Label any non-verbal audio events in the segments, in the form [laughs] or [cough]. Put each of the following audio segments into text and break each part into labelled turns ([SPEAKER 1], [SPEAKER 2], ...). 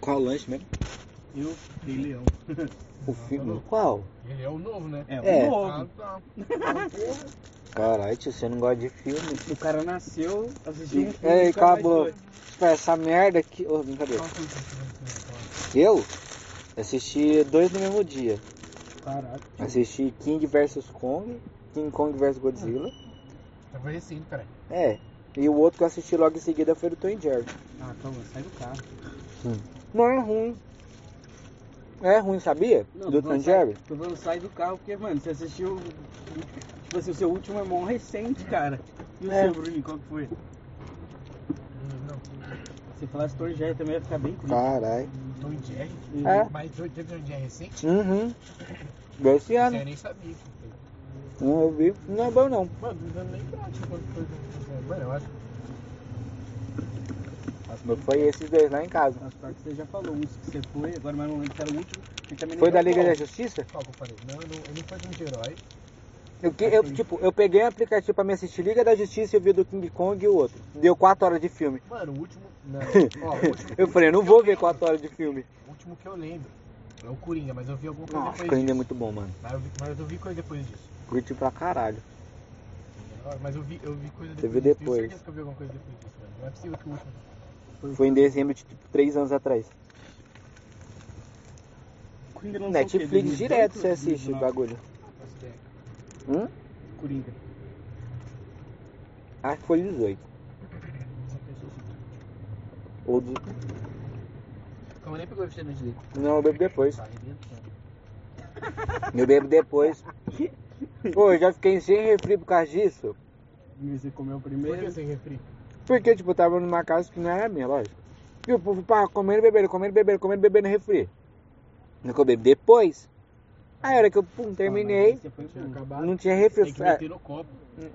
[SPEAKER 1] Qual lanche mesmo?
[SPEAKER 2] E o Rei Leão.
[SPEAKER 1] O filme. Qual?
[SPEAKER 3] Ele é o novo, né?
[SPEAKER 2] É, o
[SPEAKER 1] É.
[SPEAKER 3] Ah,
[SPEAKER 2] novo.
[SPEAKER 3] tá.
[SPEAKER 1] Caralho, tio, você não gosta de filme.
[SPEAKER 2] O cara nasceu, assistiu um filme.
[SPEAKER 1] Ei,
[SPEAKER 2] o cara vai
[SPEAKER 1] acabou.
[SPEAKER 2] dois.
[SPEAKER 1] Tipo, essa merda aqui. Ô, brincadeira.
[SPEAKER 3] Qual foi o que você lançou
[SPEAKER 1] Eu assisti dois no mesmo dia.
[SPEAKER 2] Caralho.
[SPEAKER 1] Assisti King vs Kong, King Kong vs Godzilla.
[SPEAKER 3] agora? Tava recente, cara.
[SPEAKER 1] É. E o outro que eu assisti logo em seguida foi o Tom e Jerry.
[SPEAKER 2] Ah, calma, sai do carro.
[SPEAKER 1] Não é ruim. É ruim, sabia? do
[SPEAKER 2] tô
[SPEAKER 1] Tom e
[SPEAKER 2] falando,
[SPEAKER 1] Jerry?
[SPEAKER 2] sai- Tô falando, sai do carro, porque, mano, você assistiu. Tipo assim, o seu último é mó recente, cara. E o
[SPEAKER 1] É.
[SPEAKER 2] seu, Bruninho, qual que foi?
[SPEAKER 3] Hum, Não,
[SPEAKER 2] Se falasse Tom e Jerry também ia ficar bem cru.
[SPEAKER 1] Caralho.
[SPEAKER 3] Tom e Jerry.
[SPEAKER 2] E-
[SPEAKER 1] Tá. É.
[SPEAKER 3] Mas Tom- teve Tom e Jerry recente?
[SPEAKER 1] Uhum. Desse
[SPEAKER 3] Isso aí
[SPEAKER 1] ano.
[SPEAKER 3] eu nem sabia. que teve.
[SPEAKER 1] Não, eu vi. Não é bom, não.
[SPEAKER 3] Mano, não lembro nem prático quanto foi. do- Mano, eu acho que
[SPEAKER 1] Mas foi esses dois lá em casa.
[SPEAKER 2] Mas pior que você já falou, uns que você foi, agora mas não lembro se era o último. e também nem
[SPEAKER 1] Foi da
[SPEAKER 2] lembro
[SPEAKER 1] Liga
[SPEAKER 2] qual.
[SPEAKER 1] da Justiça?
[SPEAKER 3] qual que eu falei? Não, eu não, eu não foi com de um herói.
[SPEAKER 1] Eu, que- eu, tipo, eu peguei um aplicativo pra me assistir Liga da Justiça e eu vi do King Kong e o outro. Deu 4 horas de filme.
[SPEAKER 3] Mano, o último. Não, ó, o último,
[SPEAKER 1] Eu falei, não vou ver 4 horas de filme.
[SPEAKER 3] o último que eu lembro é o Coringa, mas eu vi alguma coisa
[SPEAKER 1] Nossa,
[SPEAKER 3] depois
[SPEAKER 1] Coringa é
[SPEAKER 3] disso.
[SPEAKER 1] muito bom, mano.
[SPEAKER 3] Mas eu, vi, mas eu vi coisa depois disso.
[SPEAKER 1] Curti pra caralho.
[SPEAKER 3] Mas eu vi, eu vi coisa
[SPEAKER 1] Você
[SPEAKER 3] depois
[SPEAKER 1] viu
[SPEAKER 3] disso.
[SPEAKER 1] depois.
[SPEAKER 3] Tenho certeza que eu vi alguma coisa depois disso, mano. Não é possível que o último.
[SPEAKER 1] Foi em dezembro de, tipo, 3 anos atrás.
[SPEAKER 2] Coringa não sei Então, o quê,
[SPEAKER 1] Netflix
[SPEAKER 2] 2018,
[SPEAKER 1] direto você assiste o
[SPEAKER 2] 2019.
[SPEAKER 1] bagulho.
[SPEAKER 3] Faço ideia.
[SPEAKER 1] Hum?
[SPEAKER 2] Coringa.
[SPEAKER 1] Acho que Ah, foi 18. Ou de...
[SPEAKER 3] Calma, nem pegou o vestido de dentro.
[SPEAKER 1] Não, eu bebo depois.
[SPEAKER 3] Tá, arrebentando.
[SPEAKER 1] Eu bebo
[SPEAKER 2] [laughs]
[SPEAKER 1] depois. Pô, eu já fiquei sem refri por causa disso.
[SPEAKER 2] E você comeu
[SPEAKER 3] Por
[SPEAKER 2] primeiro.
[SPEAKER 3] que sem refri?
[SPEAKER 1] Porque, tipo, eu tava numa casa que não era minha, lógico. E o povo pá, comendo, bebendo, comendo, bebendo, comendo, bebendo refri. Não que eu bebo depois. Aí a hora que eu pum, terminei,
[SPEAKER 2] Você Ah, foi um
[SPEAKER 3] Tinha
[SPEAKER 2] pro-
[SPEAKER 3] acabado.
[SPEAKER 1] não tinha refri.
[SPEAKER 3] Então, né? Tem que
[SPEAKER 1] Eu falei,
[SPEAKER 3] meter no copo.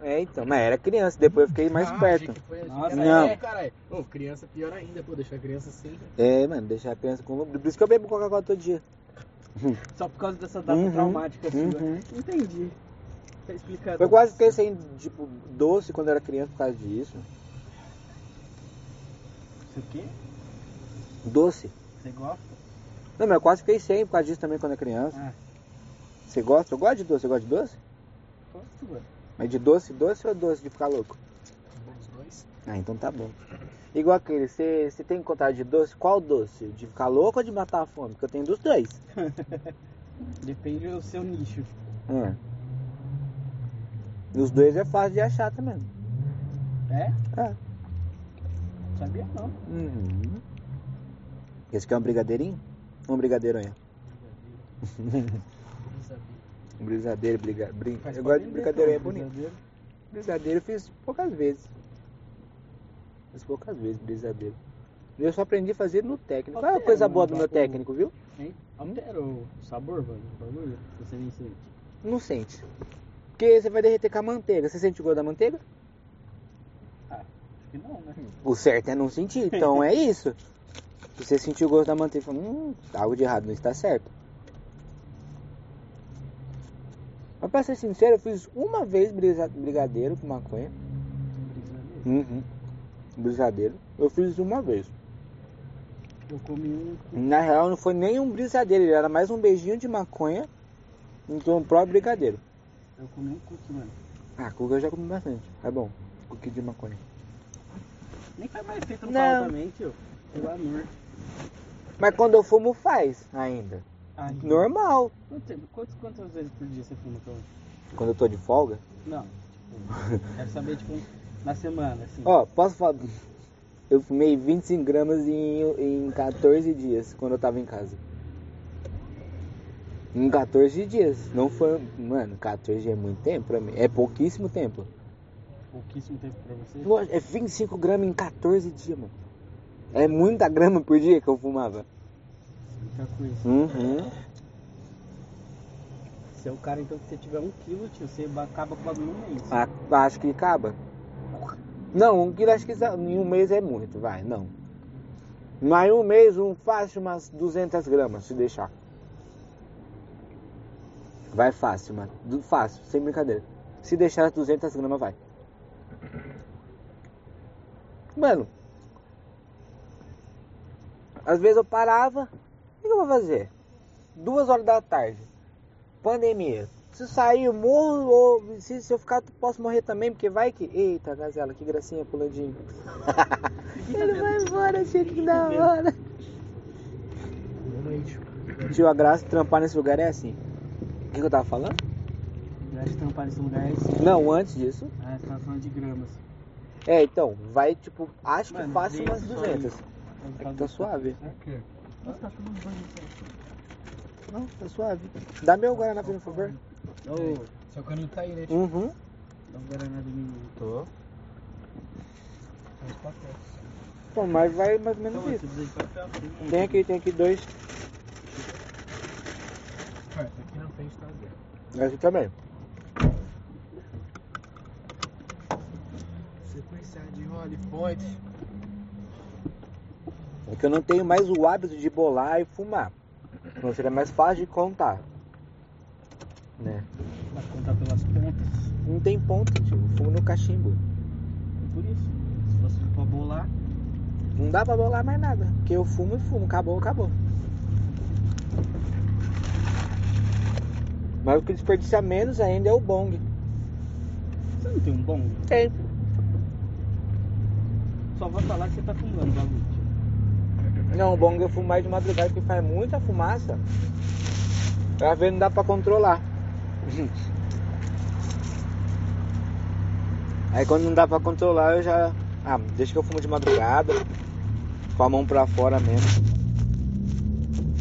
[SPEAKER 1] "Ah, É, então, mas era criança, depois eu fiquei mais
[SPEAKER 3] Ah, achei
[SPEAKER 1] esperto.
[SPEAKER 3] que foi- achei
[SPEAKER 2] Nossa,
[SPEAKER 3] que era-
[SPEAKER 1] não.
[SPEAKER 3] É, caralho. Ô, criança pior ainda, pô, deixar a criança sem. né?
[SPEAKER 1] É, mano, deixar a criança com Por isso que eu bebo Coca-Cola todo dia.
[SPEAKER 2] Só por causa dessa data
[SPEAKER 1] Uhum,
[SPEAKER 2] traumática sua.
[SPEAKER 1] uhum.
[SPEAKER 2] Entendi. Tá explicado.
[SPEAKER 1] Eu quase fiquei sem, tipo, doce quando era criança por causa disso.
[SPEAKER 2] Isso aqui?
[SPEAKER 1] Doce.
[SPEAKER 2] Você gosta?
[SPEAKER 1] Não, mas eu quase fiquei sem por causa disso também quando era criança.
[SPEAKER 2] Ah.
[SPEAKER 1] Você gosta? Eu gosto de doce, eu gosto de doce?
[SPEAKER 2] Gosto, mano.
[SPEAKER 1] Mas de doce, doce ou doce de ficar louco?
[SPEAKER 3] Os dois.
[SPEAKER 1] Ah, então tá bom. Igual aquele, você tem vontade de doce? Qual doce? De ficar louco ou de matar a fome? Porque eu tenho dos dois.
[SPEAKER 2] Depende do seu nicho.
[SPEAKER 1] Hum. E os dois é fácil de achar também.
[SPEAKER 2] É?
[SPEAKER 1] É.
[SPEAKER 2] Sabia não.
[SPEAKER 1] Uhum. Esse aqui é um brigadeirinho? Um brigadeironha.
[SPEAKER 3] Não sabia.
[SPEAKER 1] [laughs] Um brigadeiro, briga, brin...
[SPEAKER 2] Faz
[SPEAKER 1] Eu
[SPEAKER 2] pra
[SPEAKER 1] gosto de
[SPEAKER 2] vender,
[SPEAKER 1] brigadeironha
[SPEAKER 2] então,
[SPEAKER 1] bonito.
[SPEAKER 2] brigadeiro.
[SPEAKER 1] Brigadeiro eu fiz poucas vezes. Fiz poucas vezes brigadeiro. E Eu só aprendi a fazer no técnico. Olha a
[SPEAKER 2] Altera,
[SPEAKER 1] coisa
[SPEAKER 2] mano,
[SPEAKER 1] boa do meu
[SPEAKER 2] bagulho.
[SPEAKER 1] técnico, viu?
[SPEAKER 2] Hein? Altera o sabor, mano, do bagulho. Você nem sente.
[SPEAKER 1] Não sente. Porque você vai derreter com a manteiga. Você sente o gosto da manteiga?
[SPEAKER 2] Acho que não, né?
[SPEAKER 1] O certo é não sentir, então é isso. Se Você sentiu o gosto da manteiga e falou, hum, algo de errado não está certo. Mas pra ser sincero, eu fiz uma vez brisa- brigadeiro com maconha.
[SPEAKER 2] Brigadeiro.
[SPEAKER 1] Uhum. Brisadeiro. Eu fiz uma vez.
[SPEAKER 2] Eu comi um com
[SPEAKER 1] Na real, não foi nem um brisadeiro, ele era mais um beijinho de maconha do que um próprio brigadeiro.
[SPEAKER 2] Eu comi um cookie, mano.
[SPEAKER 1] Ah, cuca eu já comi bastante. É bom. Cookie de maconha.
[SPEAKER 2] Nem faz mais efeito no
[SPEAKER 1] Não.
[SPEAKER 2] pau também, tio. Pelo amor.
[SPEAKER 1] Mas quando eu fumo, faz ainda.
[SPEAKER 2] Ai,
[SPEAKER 1] Normal.
[SPEAKER 2] Quanto tempo- quantas, quantas vezes por dia você fuma, então?
[SPEAKER 1] Quando eu tô de folga.
[SPEAKER 2] Não. Tipo, Quero saber, tipo, na semana, assim.
[SPEAKER 1] Ó, posso falar? Eu fumei 25 gramas em, em 14 dias, quando eu tava em casa. Em 14 dias. Não foi. Mano, 14 é muito tempo pra mim. É pouquíssimo tempo.
[SPEAKER 2] Pouquíssimo tempo pra você.
[SPEAKER 1] Nossa, É 25 gramas em 14 dias, mano. É muita grama por dia que eu fumava.
[SPEAKER 2] Fica com isso.
[SPEAKER 1] Uhum.
[SPEAKER 2] Você é o cara, então, que você tiver um quilo, tio, você ba- acaba com o bagulho no mês.
[SPEAKER 1] A- Ah, acho que acaba. Não, um quilo acho que sa- em um mês é muito, vai, não. Mas em um mês, um fácil, umas 200 gramas, se deixar. Vai fácil, mano. Du- Fácil, sem brincadeira. Se deixar as 200 gramas, vai. Mano, Às vezes eu parava, o que eu vou fazer? Duas horas da tarde, pandemia. Se eu sair, eu morro, ou se, se eu ficar, eu posso morrer também, porque vai que. Eita, gazela, que gracinha, pulandinho. [laughs] Ele vai embora, tio, que da hora.
[SPEAKER 3] Boa noite.
[SPEAKER 1] Tio, a graça de trampar nesse lugar é assim. O que, que eu tava falando?
[SPEAKER 2] Graças a trampar nesse lugar é esse.
[SPEAKER 1] Não, antes disso.
[SPEAKER 2] Ah, você tava falando de gramas.
[SPEAKER 1] É, então, vai tipo, acho que
[SPEAKER 2] Mano,
[SPEAKER 1] faço umas
[SPEAKER 2] isso
[SPEAKER 1] 200.
[SPEAKER 2] aí.
[SPEAKER 1] É que tá suave.
[SPEAKER 3] Pra quê? Nossa, tá tomando banho de sol.
[SPEAKER 1] Não, tá suave. Dá meu Guaraná pra mim, por favor.
[SPEAKER 2] Ô, tá
[SPEAKER 3] Só que eu não caí, né? Tipo,
[SPEAKER 1] Uhum.
[SPEAKER 2] dá um guaraná de mim.
[SPEAKER 1] Tô.
[SPEAKER 3] uns pacotes.
[SPEAKER 1] Pô, mas vai mais ou
[SPEAKER 2] Então,
[SPEAKER 1] menos
[SPEAKER 2] você
[SPEAKER 1] isso.
[SPEAKER 2] precisa de papel. sim.
[SPEAKER 1] Tem aqui, tem aqui dois.
[SPEAKER 3] Cara, tá aqui na frente tá zero.
[SPEAKER 1] Aqui também.
[SPEAKER 3] Sequência de Holly Point.
[SPEAKER 1] É que eu não tenho mais o hábito de bolar e fumar. Então seria mais fácil de contar. Né?
[SPEAKER 2] Dá pra contar pelas pontas.
[SPEAKER 1] Não tem ponto, tio. Eu Fumo no cachimbo.
[SPEAKER 2] É Por isso. Se fosse pra bolar,
[SPEAKER 1] Não dá pra bolar mais nada. Porque eu fumo e fumo. Acabou, acabou. Mas o que desperdiça menos ainda é o bong.
[SPEAKER 2] você não tem um bom?
[SPEAKER 1] Tem.
[SPEAKER 2] Só vai falar que você tá fumando, bagulho.
[SPEAKER 1] Não, o bong eu fumo mais de madrugada porque faz muita fumaça. Às vezes não dá pra controlar. [laughs] Aí quando não dá pra controlar eu já. Ah, deixa que eu fumo de madrugada. Com a mão pra fora mesmo.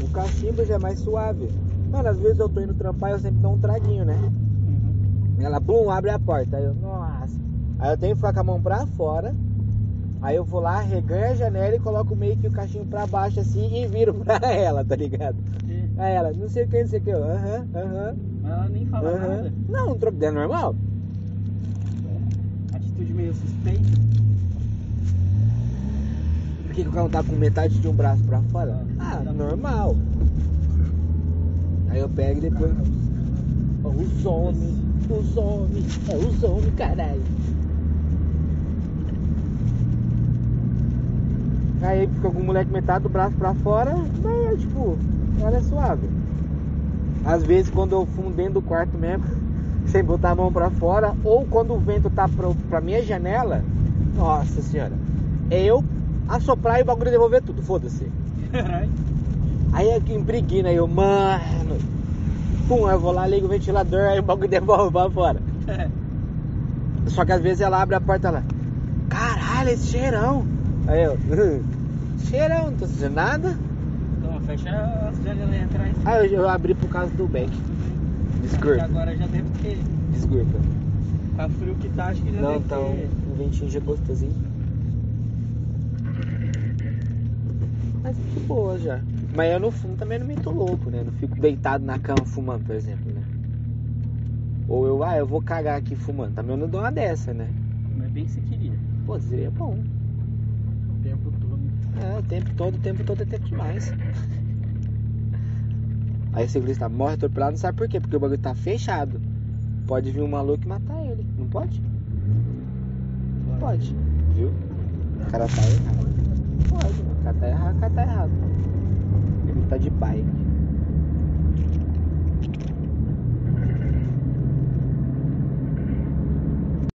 [SPEAKER 1] O cachimbo já é mais suave. Mano, às vezes eu tô indo trampar e eu sempre dou um traguinho, né?
[SPEAKER 2] Uhum.
[SPEAKER 1] Ela, bum, abre a porta. Aí eu, nossa. Aí eu tenho que ficar com a mão pra fora. Aí eu vou lá, reganho a janela e coloco meio que o cachinho pra baixo assim e viro [laughs] pra ela, tá ligado?
[SPEAKER 2] É,
[SPEAKER 1] Aí ela, não sei o que, não sei o que. Eu, Aham, aham,
[SPEAKER 2] mas ela nem fala
[SPEAKER 1] aham.
[SPEAKER 2] nada.
[SPEAKER 1] Não, um troco é normal.
[SPEAKER 2] Atitude meio suspeita. [laughs]
[SPEAKER 1] Por que, que o carro tá com metade de um braço pra fora? Ah, normal. Aí eu pego e depois. Ó, Os homens, os homens, é os homens, caralho. Aí fica algum moleque metade do braço pra fora, mas é tipo, ela é suave. Às vezes quando eu fumo dentro do quarto mesmo, [laughs] sem botar a mão pra fora, ou quando o vento tá pra, pra minha janela, nossa senhora, é eu assoprar e o bagulho devolver tudo, foda-se.
[SPEAKER 2] Caralho.
[SPEAKER 1] Aí é que impregna, aí eu, mano. Pum, aí eu vou lá, ligo o ventilador, aí o bagulho [laughs] devolve pra fora.
[SPEAKER 2] É.
[SPEAKER 1] Só que às vezes ela abre a porta lá. Caralho, esse cheirão. Aí eu, cheirão, não tô sentindo nada.
[SPEAKER 2] Então, fecha as janelas aí atrás.
[SPEAKER 1] Aí eu, eu abri por causa do beck.
[SPEAKER 2] Porque
[SPEAKER 1] Desculpa,
[SPEAKER 2] agora já deve ter.
[SPEAKER 1] desculpa.
[SPEAKER 2] Tá frio que tá, acho que já
[SPEAKER 1] Não,
[SPEAKER 2] deve
[SPEAKER 1] tá um,
[SPEAKER 2] ter.
[SPEAKER 1] um ventinho já gostosinho. Mas de boa já. Mas eu não fumo também não me tô louco, né? Não fico deitado na cama fumando, por exemplo, né? Ou eu, ah, eu vou cagar aqui fumando. Também eu não dou uma dessa, né?
[SPEAKER 2] Mas bem que você queria.
[SPEAKER 1] Pô, seria bom.
[SPEAKER 3] O tempo todo.
[SPEAKER 1] É, o tempo todo, o tempo todo é tempo demais. Aí o ciclista morre atropelado, não sabe por quê, porque o bagulho tá fechado. Pode vir um maluco e matar ele, não pode? Pode. Viu? O cara tá errado. Pode, mano. O cara tá errado, o cara tá errado. Ele tá de bike.